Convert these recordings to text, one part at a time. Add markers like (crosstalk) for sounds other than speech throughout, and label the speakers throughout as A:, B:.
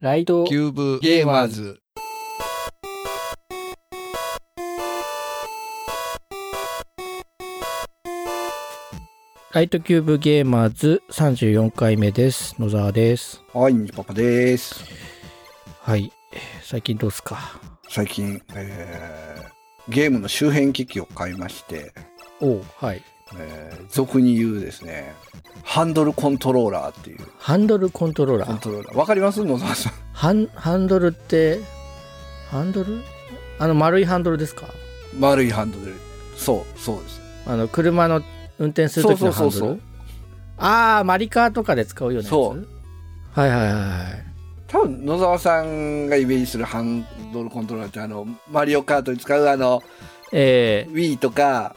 A: ライド
B: キューブゲーマーズ。
A: ライトキューブゲーマーズ34回目です。野沢です。
C: はい、ニパパです。
A: はい。最近どうっすか
C: 最近、えーゲームの周辺機器を買いまして、
A: おうはい。
C: えー俗に言うですね、ハンドルコントローラーっていう
A: ハンドルコントローラ
C: コン
A: ー。
C: トローラー。わかります野沢さん。
A: ハンハンドルって、ハンドルあの丸いハンドルですか
C: (laughs) 丸いハンドル。そう、そうです。
A: あの車の運転する時のハンドル
C: そうそうそうそう
A: ああ、マリカーとかで使うようなやつ
C: そう
A: はいはいはいはい。
C: 多分野沢さんがイメージするハンドルコントローラーって、あの、マリオカートに使うあの、
A: え
C: Wii とか、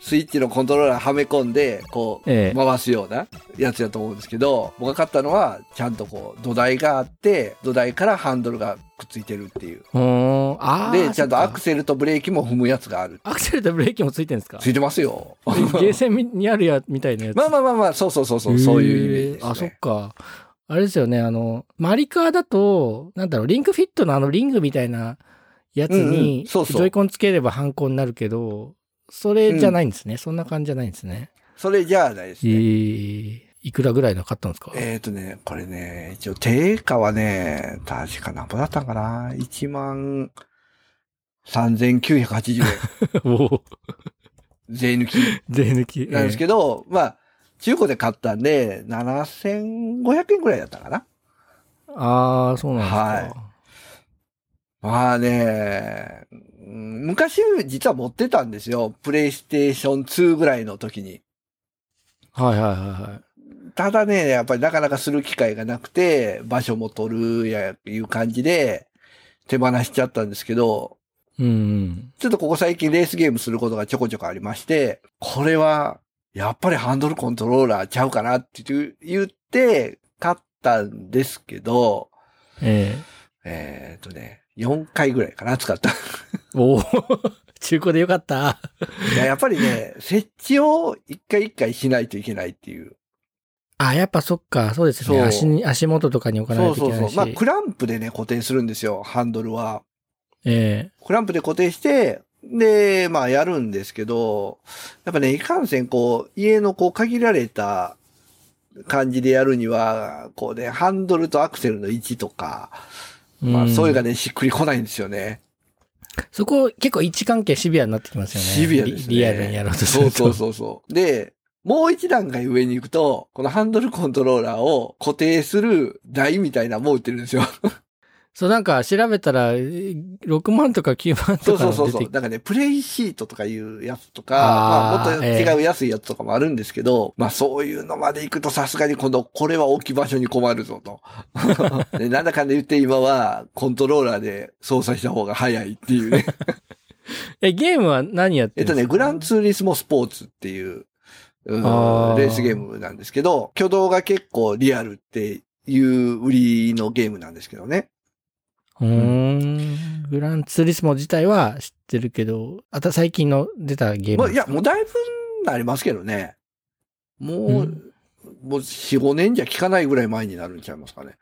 C: スイッチのコントローラーはめ込んで、こう、
A: ええ
C: 回すようなやつやと思うんですけど、僕が買ったのは、ちゃんとこう、土台があって、土台からハンドルがくっついてるっていう。
A: ー、うーん。ああ。
C: で、ちゃんとアク
A: セ
C: セルとブレーキも踏むやつがある。
A: アクセルとブレーキもついてるんですか
C: ついてますよ。
A: ゲーセンにあるやみたいなやつ。
C: まあまあまあまあ、そうそうそうそう、そういうイメージです、ね。
A: あ、そっか。あれですよね、あの、マリカーだと、なんだろう、リンクフィットのあのリングみたいなやつ
C: うんう
A: に、
C: んそうそう
A: ジョイコンつければハンコになるけど、それじゃないんですね。そんな感じじゃないんですね。
C: それじゃあないです
A: え
C: ね。
A: ーいくらぐらいの買ったんですか
C: えっ、ー、とね、これね、一応定価はね、確か何ぼだったんかな ?1 万3980円。
A: (laughs) おー
C: 税抜き。
A: 税抜き。
C: なんです
A: ど、
C: けど、まあ、中古で買ったんで、7500円ぐらいだったかな。
A: ああ、そうなんですか。
C: はいまあね、うん昔実は持ってたんですよ。プレイステーション2ぐらいの時に。
A: はいはいはいはい。
C: ただね、やっぱりなかなかする機会がなくて、場所も取るや、いう感じで、手放しちゃったんですけど、
A: うんうん。
C: ちょっとここ最近レースゲームすることがちょこちょこありまして、これは、やっぱりハンドルコントローラーちゃうかなって言う言って、買ったんですけど、
A: え
C: えーっとね、4回ぐらいかな、使った。い
A: ー、おー (laughs) 中古でよかった。
C: ややっぱりね、設置を一回一回しないといけないっていう。
A: あ、やっぱそっか、そうですよね。
C: そう
A: 足に、足元とかに置かない
C: そ
A: うとい
C: そう
A: けない
C: そ。
A: うし。
C: まあ、クランプでね、固定するんですよ、ハンドルは。
A: え
C: クランプで固定して、で、まあ、やるんですけど、やっぱね、いかんせん、こう、家のこう、限られた感じでやるには、こうね、ハンドルとアクセルの位置とか、
A: え
C: まあ、
A: ん
C: そういうのがね、しっくりこないんですよね。
A: そこ結構位置関係シビアになってきますよね。
C: シビアですね
A: リリアルにやろうとす
C: そ
A: る
C: う
A: と。
C: そうそうそう。で、もう一段階上に行くと、このハンドルコントローラーを固定する台みたいなのも売ってるん
A: (laughs)
C: ですよ。
A: そうなんか調べたら、えー6万とか9万
C: そ
A: と
C: う
A: か
C: そう
A: の
C: そう
A: 出
C: そ
A: て
C: う。
A: き
C: なんかね、プレイシートとかいうやつとか、
A: あー
C: まあ、もっと違う安いやつとかもあるんですけど、まあそういうのまで行くとさすがにこの、これは置き場所に困るぞ
A: (laughs)
C: と。でなんだかんだ言って今はコントローラーで操作した方が早いっていうね。
A: え、ゲームは何やって
C: えっ
A: る
C: と
A: んで
C: ね、
A: すか
C: グランツーリスモスポーツっていう、うん
A: あー
C: レースゲームなんですけど、挙動が結構リアルっていう売りのゲームなんですけどね。
A: うーん。グランツーリスモ自体は知ってるけど、あた最近の出たゲーム。
C: まあ、いや、もうだいぶなりますけどね。もう、
A: うん
C: もう4、5年じゃ効かないぐらい前になるんちゃいますかね。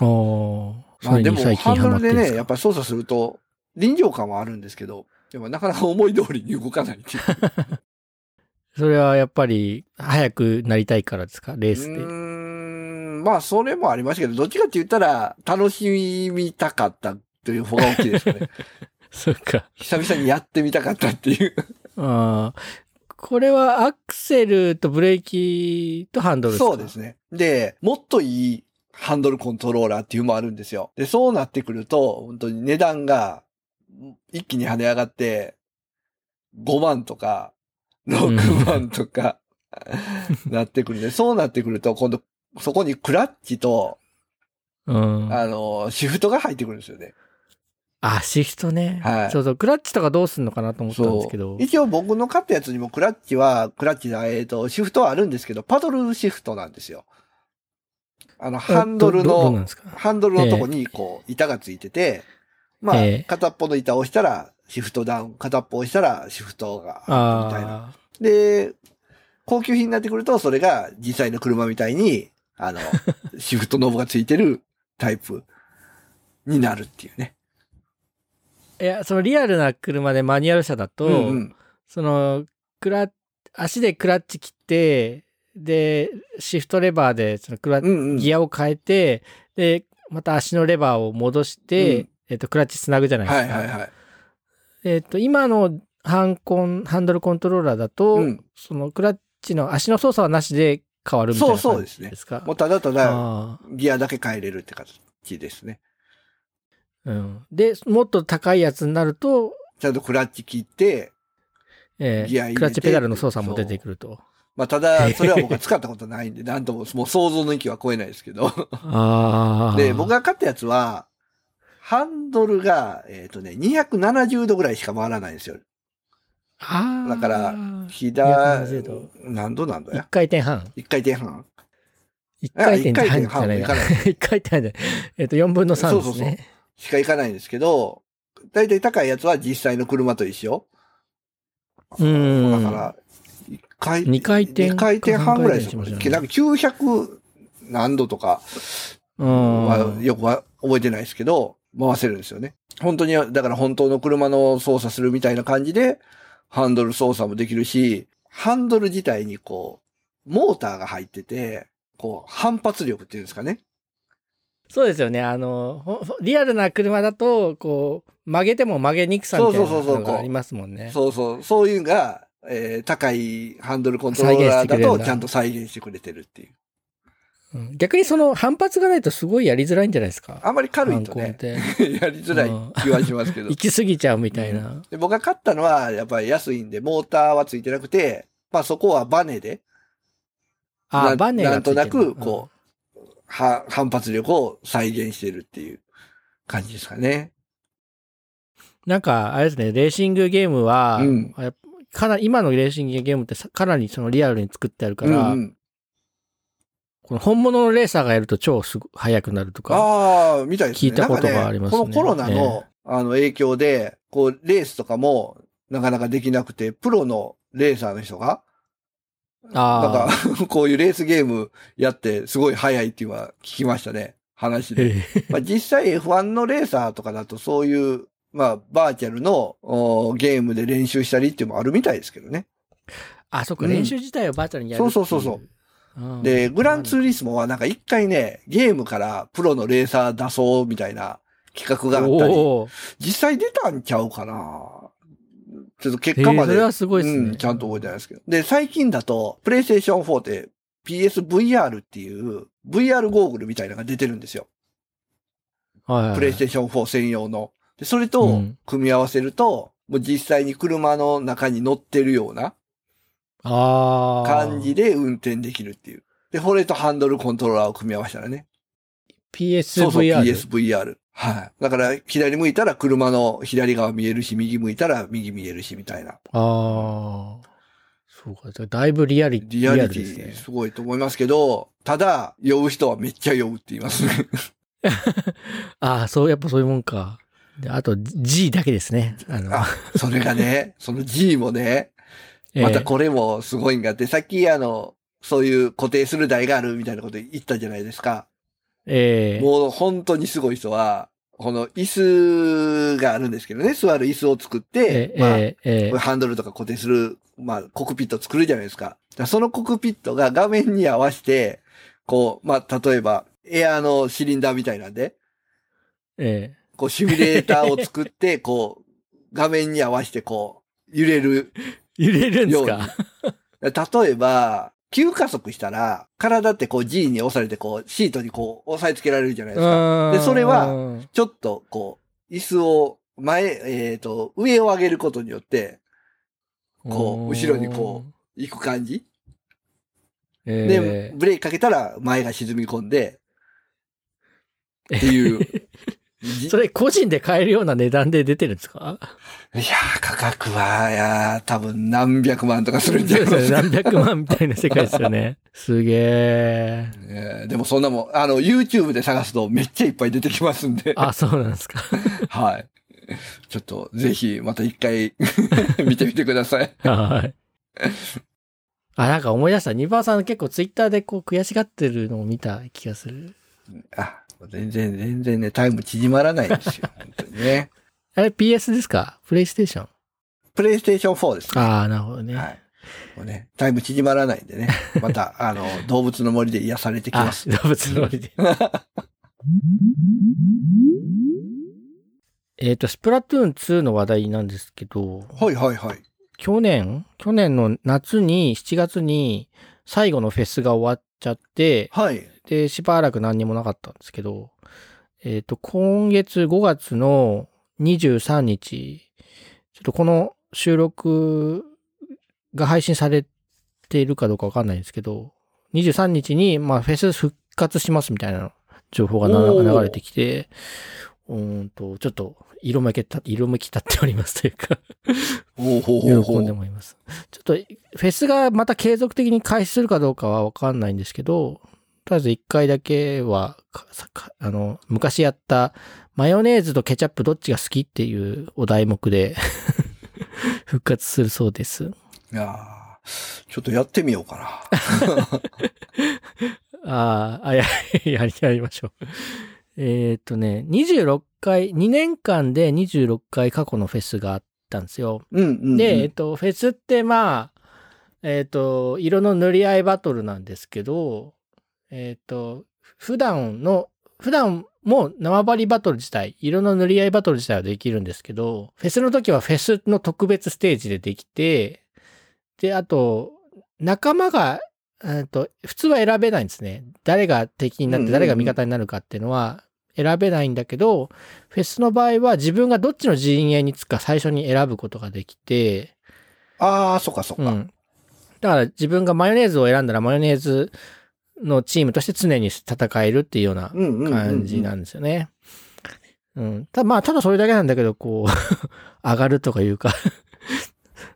A: おー
C: ま
A: そ
C: あ
A: れ
C: で
A: に
C: も、
A: 最近
C: ハン
A: ハ
C: ド
A: マっ
C: ル
A: てる
C: で
A: んです
C: ね、
A: か
C: やっぱり操作すると臨場感はあるんですけど、でもなかなか思い通りに動かないっていう。
A: それはやっぱり、早くなりたいからですかレース
C: うー
A: で。
C: んまあ、それもありましたけど、どっちかって言ったら、楽しみたかったという方が大きいですよね。
A: そっか。
C: 久々にやってみたかったっていう。
A: あーこれはアクセルとブレーキとハンドルですか
C: そうですね。で、もっといいハンドルコントローラーっていうのもあるんですよ。で、そうなってくると、本当に値段が一気に跳ね上がって、5万とか、6万とか、なってくるんで、そうなってくると、今度、そこにクラッチと、
A: うん。
C: あの、シフトが入ってくるんですよね。
A: あ、シフトね。
C: はい
A: そうそう。クラッチとかどうすんのかなと思ったんですけど。
C: 一応僕の買ったやつにもクラッチは、クラッチだ、えっ、と、シフトはあるんですけど、パドルシフトなんですよ。あの、ハンドル
A: どどどうなん
C: の、
A: ですか
C: ハンドルのとこにこう、板がついてて、まあ
A: ええ、
C: 片っぽの板を押したら、シフトダウン、片っぽ押したら、シフトが、みたいな。
A: あ
C: で、高級品に
A: (laughs)
C: なってくると、それが実際の車みたいに、あの、シフトノブがついてるタイプになるっていうね。
A: いや、そのリアルな車でマニュアル車だと、
C: うんうん。
A: その、クラ足でクラッチ切って、で、シフトレバーで、そのクラ
C: うんうん。
A: ギアを変えて、で、また足のレバーを戻して、
C: うん
A: えっと、クラッチつなぐじゃないです
C: は
A: か。
C: いはいはい。
A: えっと、今のハンコン、ハンドルコントローラーだと、
C: うん
A: そのクラッチの足の操作はなしで変わるみたいな
C: そうそう
A: 感
C: です
A: じ
C: ね
A: ですか。
C: もうただただ
A: ああ
C: ギアだけ変えれるって形ですね。
A: うん、で、もっと高いやつになると、
C: ちゃんとクラッチ切って、
A: えー
C: ギア入れて
A: クラッチペダルの操作も出てくると。
C: まあただ、それは僕は使ったことないん
A: (laughs)
C: で、なんとも、もう想像の域は超えないですけど。
A: ああ。
C: で、僕が買ったやつは、ハンドルが、えっ、とね、270度ぐらいしか回らないんですよ。
A: あー
C: だから左
A: 270度、
C: 何度なんだ
A: 一
C: よ。
A: 回転半。
C: 1回転半
A: 一回転半
C: 一
A: じゃ
C: 回
A: ない
C: 転半
A: な。一回転半じゃない。えっと、4分の3ですね。
C: しか行かないんですけど、だいたい高いやつは実際の車と一緒。
A: うん
C: だから、一回、
A: 二回転
C: 二回転半ぐらいです
A: 三
C: もん
A: 回
C: ね。
A: 転しましたね
C: なんか900何度とか
A: う
C: は
A: ん。
C: よくは覚えてないですけど、回せるんですよね。本当に、だから本当の車の操作するみたいな感じで、ハンドル操作もできるし、ハンドル自体にこう、モーターが入ってて、こう、反発力っていうんですかね。
A: そうですよね。あの、ほほリアルな車だと、こう、曲げても曲げにくさみたいな
C: そうそうそうそう
A: のがありますもんね。
C: そうそう、そういうのが、えー高いハンドルコントローラ
A: 再現して
C: ーだ
A: くれる
C: と
A: んだ
C: ちゃんと再現してくれてるっていう。
A: うん逆にその反発がないとすごいやりづらいんじゃないですか。
C: あんまり軽いと
A: ハン
C: ね
A: コンっ、て
C: (laughs) やりづらい気はしますけど
A: 行。き過ぎちゃうみたいな。
C: で僕が買ったのは、やっぱり安いんで、モーターはついてなくて、まあそこはバネで、
A: あ
C: な
A: あ、バネがついてる
C: なんとなくこは反発力を再現してるっていう感じですかね。
A: うんなんか、あれですね、レーシングゲームは、
C: うん
A: あやっぱかなり今のレーシングゲームってさかなりそのリアルに作ってあるから、
C: うんうん、
A: この本物のレーサーがやると超すぐ速くなるとか。
C: ああ、みたいですね。
A: 聞いたことがありますね
C: なんかこのコロナの,、あの影響で、こう、レースとかもなかなかできなくて、プロのレーサーの人が、な
A: あ
C: んか (laughs)
A: あ。、
C: こういうレースゲームやって、すごい早いっていうのは聞きましたね。話で。
A: ええ
C: まあ、実際 F1 のレーサーとかだとそういう、まあ、バーチャルのおーゲームで練習したりっていうのもあるみたいですけどね。
A: あ、そっか、
C: うん
A: 練習自体をバーチャルにやるってい。
C: そうそうそう
A: うん
C: で、グランツーリスモはなんか一回ね、ゲームからプロのレーサー出そうみたいな企画があったり、
A: おー
C: 実際出たんちゃうかなちょっと
A: え
C: 結
A: え
C: 果まで、
A: それはすごいですね。
C: うん、ちゃんと覚えてないですけど。で、最近だと、プレイステーション4で PSVR っていう VR ゴーグルみたいなのが出てるんですよ。
A: はいはい
C: プレイステーション4専用の。で、それ
A: う
C: と
A: ん
C: 組み合わせると、もう実際に車の中に乗ってるような
A: ああ。
C: 感じで運転できるっていう。で、これとハンドルコントローラーを組み合わせたらね。そうそう、
A: PSVR。
C: PSVR。はい。だから、左向いたら車の左側見えるし、右向いたら右見えるし、みたいな。
A: ああ。そうか。じゃあだいぶリアリティ。
C: リアリテ
A: です
C: ィ
A: ね。
C: すごいと思いますけど、ただ、酔う人はめっちゃ酔うって言い
A: (laughs)
C: ますね。
A: ああ、そう、やっぱそういうもんか。であと、G だけですね。あの、
C: あそれがね、その G もね、またこれもすごいんがあって、さっきあの、そういう固定する台があるみたいなこと言ったじゃないですか。
A: ええええ
C: もう本当にすごい人は、この椅子があるんですけどね、座る椅子を作っ
A: え
C: て、
A: え
C: まあ、
A: ええ
C: これハンドルとか固定する、まあ、コクピット作るじゃないですか。だからそのコクピットが画面に合わせて、こう、まあ、例えば、エアーのシリンダーみたいなんで、
A: ええ
C: こう、シミュレーターを作って、こう、画面に合わせて、こう、揺れる
A: 揺れるんです
C: よう
A: か
C: 例えば、急加速したら、体ってこう G に押されて、こう、シートにこう、押さえつけられるじゃないですか。
A: で
C: でそれは、ちょっと、こう、椅子を前、えっ、と、上を上げることによって、こう後ろにこ行く感じ。
A: う、え
C: で、ブレーキかけたら、前が沈み込んで、って (laughs) いう。
A: え
C: じ
A: それ個人で買えるような値段で出てるんですか
C: いやー、価格は、いやー、多分何百万とかするんじゃないですか。
A: 何百万みたいな世界ですよね。すげえ。
C: えーでもそんなもん、あの、YouTube で探すとめっちゃいっぱい出てきますんで。
A: あ、そうなんですか。
C: はい。ちょっと、ぜひ、また一回、 (laughs) 見てみてください。
A: はい。あ、なんか思い出した。ニバーさん結構ツイッターでこう悔しがってるのを見た気がする。
C: あ、全然、全然ね、タイム縮まらないんです (laughs) よ。本当にね。
A: あれ PS ですかプレイステーション。
C: プレイステーション4ですね。
A: ああ、なるほどね。
C: はい。もうね、タイム縮まらないんでね。また、あの、動物の森で癒されてき
A: あ
C: ます。
A: 動物の森で。
C: (laughs)
A: えっと、スプラトゥーン2の話題なんですけど、
C: はいはいはい。
A: 去年、去年の夏に、7月に、最後のフェスが終わっちゃって、
C: はい。
A: で、しばらく何にもなかったんですけど、えっ、と、今月5月の23日、ちょっとこの収録が配信されているかどうかわかんないんですけど、23日に、まあ、フェス復活しますみたいな情報がな
C: おー
A: 流れてきて、うーんと、ちょっと、色めけた、色めき立っておりますというか、
C: おおほうほうほ
A: 喜んで
C: う。
A: もいます。ちょっと、フェスがまた継続的に開始するかどうかはわかんないんですけど、とりあえず一回だけは、かさかあの、昔やった、マヨネーズとケチャップどっちが好きっていうお題目で、 (laughs) 復活するそうです。
C: いやーちょっとやってみようか
A: (laughs)
C: な。
A: あーあ、や、 (laughs) やり、やりましょう。えーっとね、26回、2年間で26回過去のフェスがあったんですよ。
C: うんうん、うん。
A: で、えっと、フェスってまあ、えっと、色の塗り合いバトルなんですけど、えっと、普段の、普段も生張りバトル自体、色の塗り合いバトル自体はできるんですけど、フェスの時はフェスの特別ステージでできて、で、あと、仲間が、えっと、普通は選べないんですね。誰が敵になっ
C: うんうんう
A: て
C: ん
A: 誰が味方になるかっていうのは選べないんだけど、フェスの場合は自分がどっちの陣営につくか最初に選ぶことができて、
C: ああ、そっかそっ
A: う
C: か。
A: ん。だから自分がマヨネーズを選んだらマヨネーズのチームとして常に戦えるっていうような
C: うんうんうんうん
A: 感じなんですよね。うん。ただまあ、ただそれだけなんだけど、こう、 (laughs) 上がるとかいうか、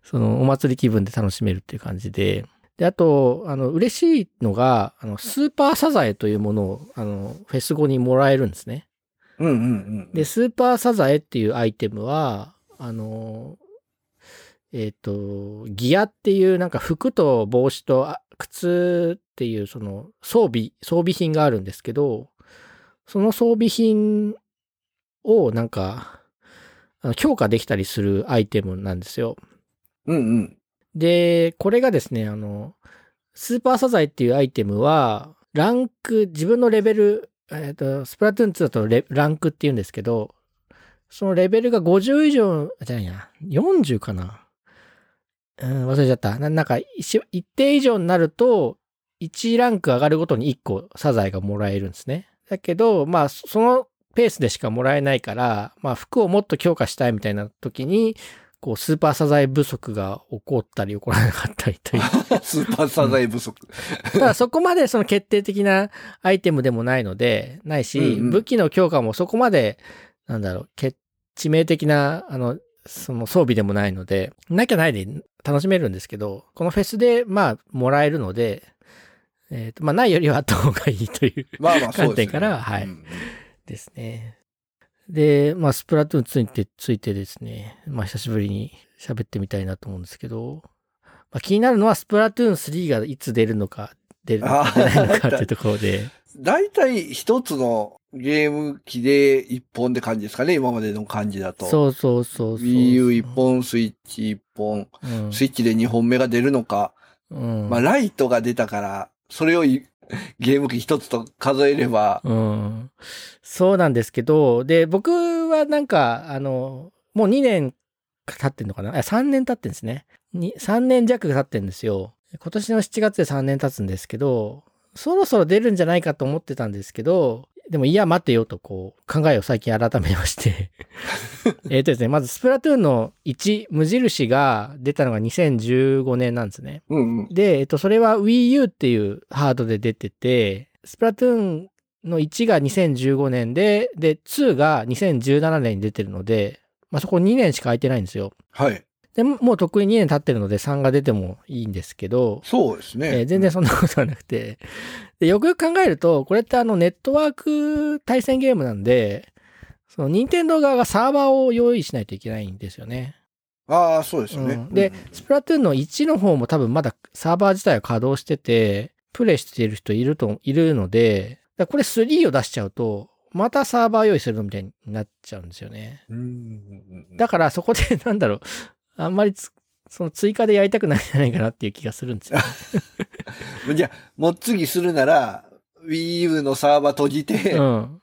A: そのお祭り気分で楽しめるっていう感じで。で、あと、あの、嬉しいのが、あの、スーパーサザエというものを、あの、フェス後にもらえるんですね。
C: うんうんうん。
A: で、スーパーサザエっていうアイテムは、あの、えっ、と、ギアっていうなんか服と帽子とあ靴っていうその装備、装備品があるんですけど、その装備品をなんか、あの強化できたりするアイテムなんですよ。
C: うんうん。 (laughs)
A: で、これがですね、あの、スーパーサザエっていうアイテムは、ランク、自分のレベル、えっ、と、スプラトゥーン2だとレランクって言うんですけど、そのレベルが50以上、じゃないな、40かな。うん、忘れちゃった。ななんか一、一定以上になると、1ランク上がるごとに1個サザエがもらえるんですね。だけど、まあ、そそのペースでしかもらえないから、まあ、服をもっと強化したいみたいな時に、こう、スーパーサザエ不足が起こったり起こらなかったり
C: (laughs)
A: という。
C: スーパーサザエ不足。
A: ただそこまでその決定的なアイテムでもないので、ないし、
C: うんうん
A: 武器の強化もそこまで、なんだろう、決致命的な、あの、その装備でもないので、なきゃないで楽しめるんですけど、このフェスで、まあ、もらえるので、えっ、と、まあ、ないよりはあった方がいいという
C: まあまあそうです、ね。
A: 観点からはい
C: うんうん
A: ですね。で、まあ、スプラトゥーンついて、ついてですね、まあ、久しぶりに喋ってみたいなと思うんですけど、まあ、気になるのは、スプラトゥーン3がいつ出るのか、出るのか
C: あ、ー
A: 出ないのかっていうところで、
C: 大体一つのゲーム機で一本って感じですかね、今までの感じだと。
A: そうそうそうそう。
C: Wii U 一本、スイッチ一本、
A: うん、
C: スイッチで二本目が出るのか。
A: うん。
C: まあライトが出たから、それをいゲーム機一つと数えれば、
A: うん。そうなんですけど、で、僕はなんか、あの、もう2年経ってんのかなあ ?3 年経ってんですね。に3年弱経ってんですよ。今年の7月で3年経つんですけど、そろそろ出るんじゃないかと思ってたんですけど、でも、いや、待てよと、こう、考えを最近改めまして。えっとですね、まず、スプラトゥーンの1、無印が出たのが2015年なんですね。
C: うんうん。
A: で、えっと、それは Wii U っていうハードで出てて、スプラトゥーンの1が2015年で、で、2が2017年に出てるので、まあ、そこ2年しか空いてないんですよ。
C: はい。
A: で、ももうとっくに2年経ってるので3が出てもいいんですけど、
C: そうですね。
A: えー全然そんなことはなくて。で、よくよく考えると、これってあのネットワーク対戦ゲームなんで、その任天堂側がサーバーを用意しないといけないんですよね。
C: ああ、そうですよね。
A: うんで、スプラトゥーンの1の方も多分まだサーバー自体は稼働してて、プレイしてる人いると、いるので、だからこれ3を出しちゃうと、またサーバー用意するのみたいになっちゃうんですよね。
C: うん
A: だからそこで (laughs) なんだろう、あんまりつその追加でやりたくないんじゃないかなっていう気がするん
C: (laughs)
A: ですよ。
C: じゃあ、もう次するなら、Wii U のサーバー閉じて、
A: うん。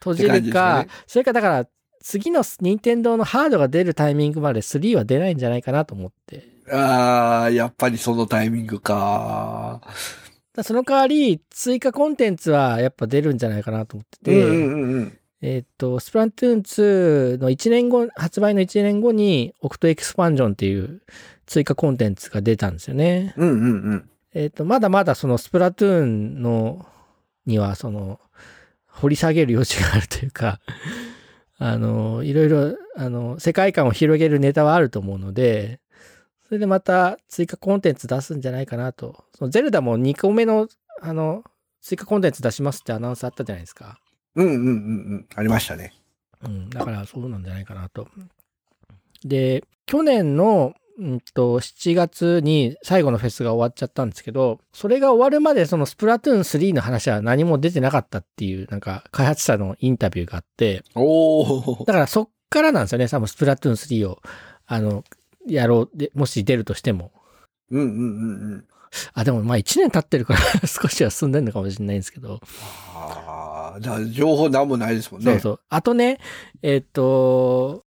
A: 閉じるか、
C: って感じです
A: それかだから次の任天堂のハードが出るタイミングまで3は出ないんじゃないかなと思って。
C: ああ、やっぱりそのタイミングか。
A: だその代わり、追加コンテンツはやっぱ出るんじゃないかなと思ってて、
C: うんうんうんうん。
A: えーっと、スプラントゥーン2の1年後、発売の1年後に、オクトエクスパンジョンっていう追加コンテンツが出たんですよね。
C: うんうんうん。
A: えーっと、まだまだそのスプラトゥーンの、にはその、掘り下げる余地があるというか、 (laughs) あの、いろいろ、あの、世界観を広げるネタはあると思うので、それでまた追加コンテンツ出すんじゃないかなと。そのゼルダも2個目の、あの、追加コンテンツ出しますってアナウンスあったじゃないですか。
C: うんうんうんうん。ありましたね。
A: うん、だからそうなんじゃないかなと。で、去年の、うんと、7月に最後のフェスが終わっちゃったんですけど、それが終わるまでそのスプラトゥーン3の話は何も出てなかったっていう、なんか開発者のインタビューがあって、
C: おお。
A: だからそっからなんですよね、多分スプラトゥーン3を、あの、やろうで、もし出るとしても。
C: うんうんうんうん。
A: あ、でもまあ1年経ってるから (laughs) 少しは進んでるのかもしれないんですけど、
C: ああ、だから情報なんもないですもんね。
A: そうそう。あとね、えっ、と、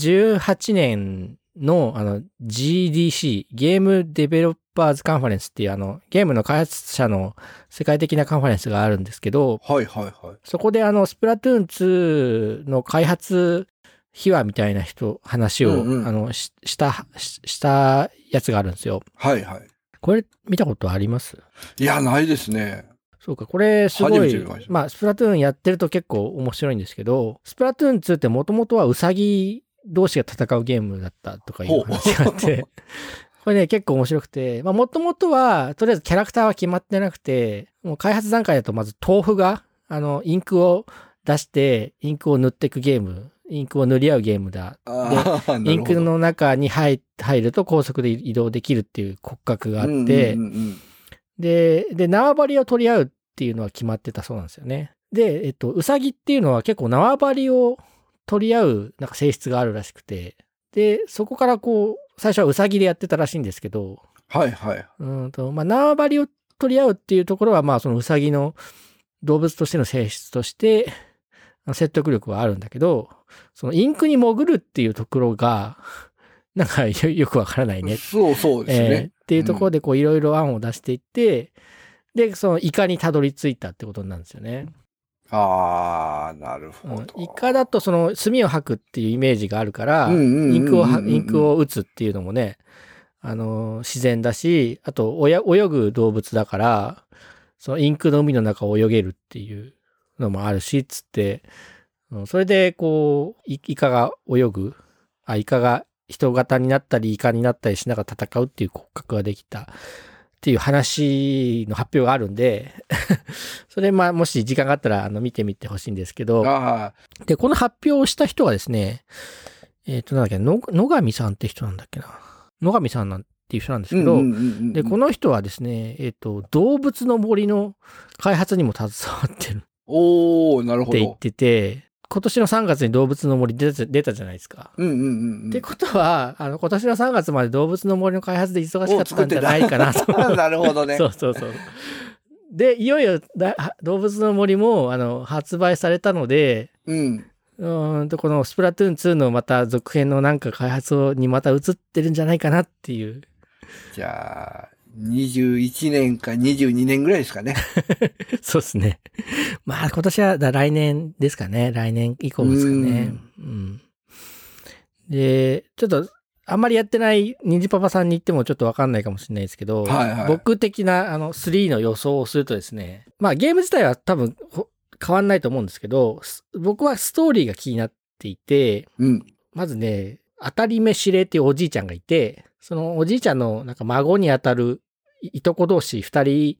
A: 18年のあの GDC、ゲームデベロッパーズカンファレンスっていうあのゲームの開発者の世界的なカンファレンスがあるんですけど、
C: はいはいはい。
A: そこであのスプラトゥーン2の開発秘話みたいな人、話を、
C: うんうん
A: あのしした、ししたやつがあるんですよ。
C: はいは
A: これ見たことあります
C: い。いや、ないですね。
A: そうか、これす
C: 初
A: ご
C: めて
A: い
C: 見まし、た
A: まあ、スプラトゥーンやってると結構面白いんですけど、スプラトゥーン2ってもともとはウサギ同士が戦うゲームだったとかいう話があ
C: (laughs)
A: って、これね、結構面白くて、まあ、もともとは、とりあえずキャラクターは決まってなくて、もう開発段階だとまず豆腐が、あの、インクを出して、インクを塗っていくゲーム、インクを塗り合うゲームだ
C: ああ、な
A: イ
C: る
A: ン
C: ほ
A: ク
C: ど。
A: の中に入入ると高速で移動できるっていう骨格があって、
C: うんうんうん
A: で、で、縄張りを取り合うっていうのは決まってたそうなんですよね。で、えっと、ウサギっていうのは結構縄張りを取り合うなんか性質があるらしくて、で、そこからこう、最初はウサギでやってたらしいんですけど、
C: はいはい。
A: うーんと、まあ、縄張りを取り合うっていうところは、まあ、そのウサギの動物としての性質として、あの説得力はあるんだけど、そのインクに潜るっていうところが、なんかよよくわからないね
C: そうそうです
A: えーっ
C: ね。
A: ていうところでこういろいろ案を出していって、でそのイカにたどり着いたってことなんですよね。
C: ああ、なる
A: うん
C: ほど。
A: イカだとその墨を吐くっていうイメージがあるから、
C: うんうんうんうんうん
A: インクをはインクを打つっていうのもね、あのー自然だし、あとおや泳ぐ動物だから、そのインクの海の中を泳げるっていうのもあるしつって、うんそれでこうイイカが泳ぐ、あイカが人型になったりイカになったりしながら戦うっていう骨格ができたっていう話の発表があるんで、 (laughs) それまあもし時間があったらあの見てみてほしいんですけど、
C: あ
A: で、この発表をした人はですね、えっ、と、なんだっけ、の野上さんって人なんだっけな。野上さんなんていう人なんです
C: あ、
A: けど、
C: うんうんうんうん
A: で、この人はですね、えっ、と、動物の森の開発にも携わってるっ
C: おおなるほ
A: て言っ
C: ど。
A: てて、今年の3月に動物の森出た出たじゃないですか。
C: うんうんうんうん。
A: ってことは、あの、今年の3月まで動物の森の開発で忙しかったんじゃないかな
C: (laughs)
A: と。
C: あーなるほど
A: (laughs)
C: ね。
A: そうそうそう。で、いよいよだ動物の森も、あの、発売されたので、
C: うん。
A: うーんと、このスプラトゥーン2のまた続編のなんか開発をにまた移ってるんじゃないかなっていう。
C: じゃあ、21年か22年ぐらいですかね。
A: (laughs) そうですね。まあ今年はだ来年ですかね。来年以降ですかね。うん,、で、ちょっと、あんまりやってないニジパパさんに言ってもちょっとわかんないかもしれないですけど、
C: はいはい
A: 僕的なあの3の予想をするとですね、まあゲーム自体は多分ほ変わんないと思うんですけど、す僕はストーリーが気になっていて、
C: うん。
A: まずね、当たり目指令っていうおじいちゃんがいて、そのおじいちゃんのなんか孫にあたるいいとこ同士二人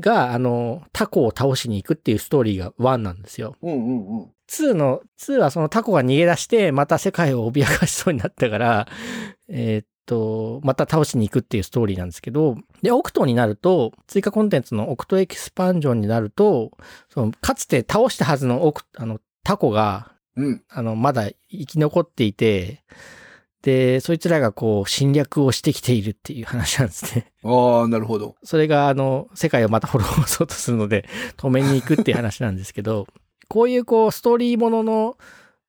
A: が、あの、タコを倒しに行くっていうストーリーが1なんですよ。
C: うんうんうん。
A: 2の、2はそのタコが逃げ出して、また世界を脅かしそうになったから、えーっと、また倒しに行くっていうストーリーなんですけど、で、オクトになると、追加コンテンツのオクトエキスパンジョンになると、その、かつて倒したはずのオク、あの、タコが、
C: うん。
A: あの、まだ生き残っていて、で、そいつらがこう、侵略をしてきているっていう話なんですね。 (laughs)
C: ああ、なるほど。
A: それが、あの、世界をまた滅ぼそうとするので、止めに行くっていう話なんですけど、 (laughs) こういうこう、ストーリーものの、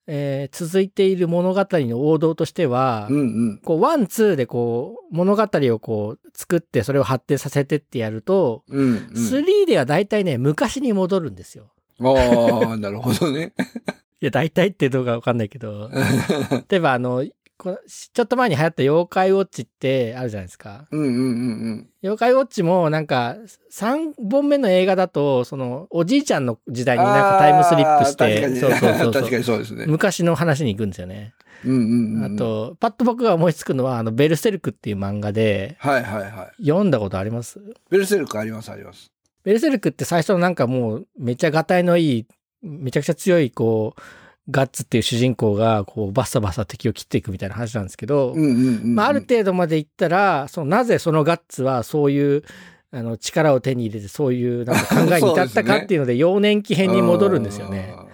A: えー続いている物語の王道としては、
C: うんうん。
A: こう、ワン、ツーでこう、物語をこう、作って、それを発展させてってやると、
C: うん、
A: スリ3では大体ね、昔に戻るんですよ。
C: うん。ああ、なるほどね。 (laughs)
A: いや、大体ってどうかわかんないけど、例えばあの、このちょっと前に流行った妖怪ウォッチってあるじゃないですか。
C: うんうんうん
A: 妖怪ウォッチもなんか3本目の映画だと、そのおじいちゃんの時
C: う
A: 代
C: ん。
A: になんかタイムスリップし
C: あー確か
A: て、
C: に
A: そうそうそう
C: (laughs) 確か
A: そう。
C: にそうですね。
A: 昔の話に行くんですよね。
C: うんうんう
A: あ
C: ん。、
A: と、パッと僕が思いつくのは、あの、ベルセルクっていう漫画で、
C: はいはいはい。
A: 読んだことあります
C: ベルセルクありますあります。
A: ベルセルクって最初のなんかもうめっちゃがたいのいい、めちゃくちゃ強いこう、ガッツっていう主人公がこうバッサバサ敵を切っていくみたいな話なんですけど、
C: うんうんうんうん。
A: まあ、ある程度までいったら、そのなぜそのガッツはそういうあの力を手に入れてそういうなんか考えに至っ
C: (laughs) そうです
A: た
C: ね
A: かっていうので幼年期編に戻るんですよね。
C: あー。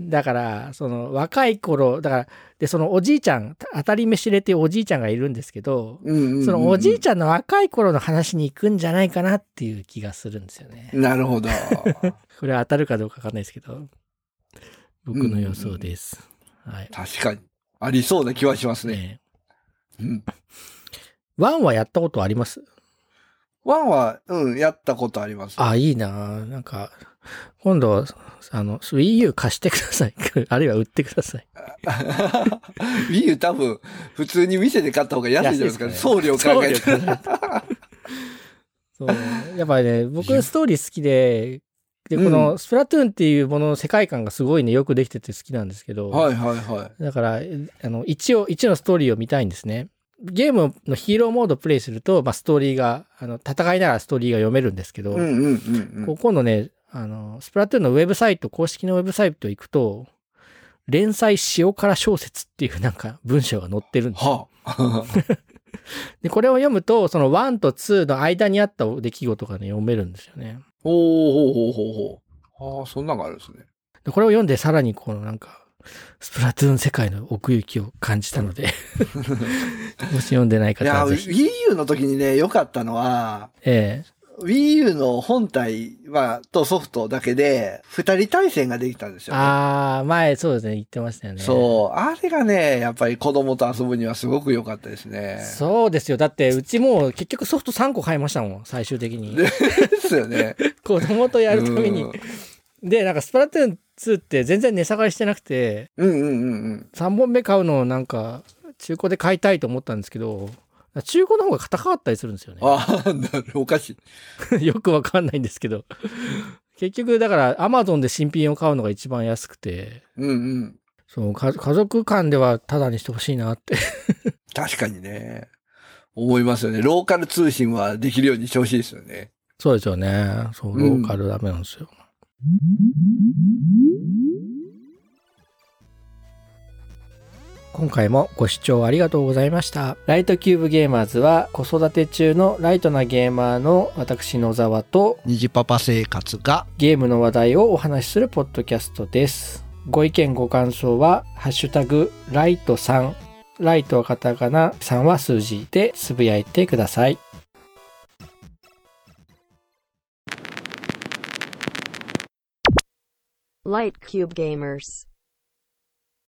A: だから、その若い頃、だから、で、そのおじいちゃん、当たり飯れっていうおじいちゃんがいるんですけど、
C: うんうんうんうん
A: そのおじいちゃんの若い頃の話に行くんじゃないかなっていう気がするんですよね。
C: な
A: (laughs)
C: るほど。
A: これは当たるかどうかわかんないですけど、僕の予想です。はい。
C: 確かに。ありそうな気はしますね。
A: ね
C: うん。
A: ワンはやったことあります
C: ワンは、うん、やったことあり (laughs) ます。
A: あ、いいなぁなんか、今度、あの、Wii U 貸してください。 (laughs) あるいは売ってください。
C: ビール多分、普通に店で買った方が安いじゃないですか、ね、送料考えて。
A: 送料考えて (laughs) そう。やっぱりね、僕ストーリー好きで、で、こ
C: う
A: の、スプラトゥーンっていうものの世界観がすごいね、よくできてて好きなんですけど、
C: はいはいはい。
A: だから、えあの、一応、一のストーリーを見たいんですね。ゲームのヒーローモードプレイすると、まあ、ストーリーが、あの、戦いならストーリーが読めるんですけど、
C: うんうんうんう。
A: こうん今度ね、あの、スプラトゥーンのウェブサイト、公式のウェブサイト行くと、連載塩辛小説っていうなんか文章が載ってるんです。
C: はあ。 (laughs)
A: で、これを読むと、その1と2の間にあった出来事がね、読めるんですよね。
C: ほうほうほうほうほう。ああ、そんなんがあるんですね。
A: でこれを読んで、さらにこのなんか、スプラトゥーン世界の奥行きを感じたので、
C: (laughs)
A: もし読んでない
C: い
A: 方
C: や、
A: はぜひ。
C: Wii U の時にね、良かったのは、
A: ええ
C: Wii U の本体は、とソフトだけで、二人対戦ができたんですよ、ね。
A: ああ、前、そうですね、言ってましたよね。
C: そう。あれがね、やっぱり子供と遊ぶにはすごく良かったですね。
A: そうですよ。だって、うちもう結局ソフト3個買いましたもん、最終的
C: (laughs)
A: に。
C: ですよね。
A: 子供とやるために
C: うん。
A: で、なんかスプラトゥーン2って全然値下がりしてなくて、
C: うんうんうんうん。
A: 3本目買うのをなんか、中古で買いたいと思ったんですけど、中古の方が高かったりするんですよね。
C: ああ、なるおかしい。
A: (laughs) よくわかんないんですけど。結局、だから、アマゾンで新品を買うのが一番安くて、
C: うんうん。
A: そう、か家族間ではタダにしてほしいなって。
C: 確かにね。思いますよね。ローカル通信はできるようにしてほしいですよね。
A: そうですよね。そう、ロ
C: うん
A: ーカルダメなんですよ。今回もご視聴ありがとうございました。ライトキューブゲーマーズは子育て中のライトなゲーマーの私野沢と
C: 虹パパ生活が、
A: ゲームの話題をお話しするポッドキャストです。ご意見ご感想は、ハッシュタグ、ライトさん、ライトはカタカナ、さんは数字でつぶやいてください。
B: Light Cube Gamers.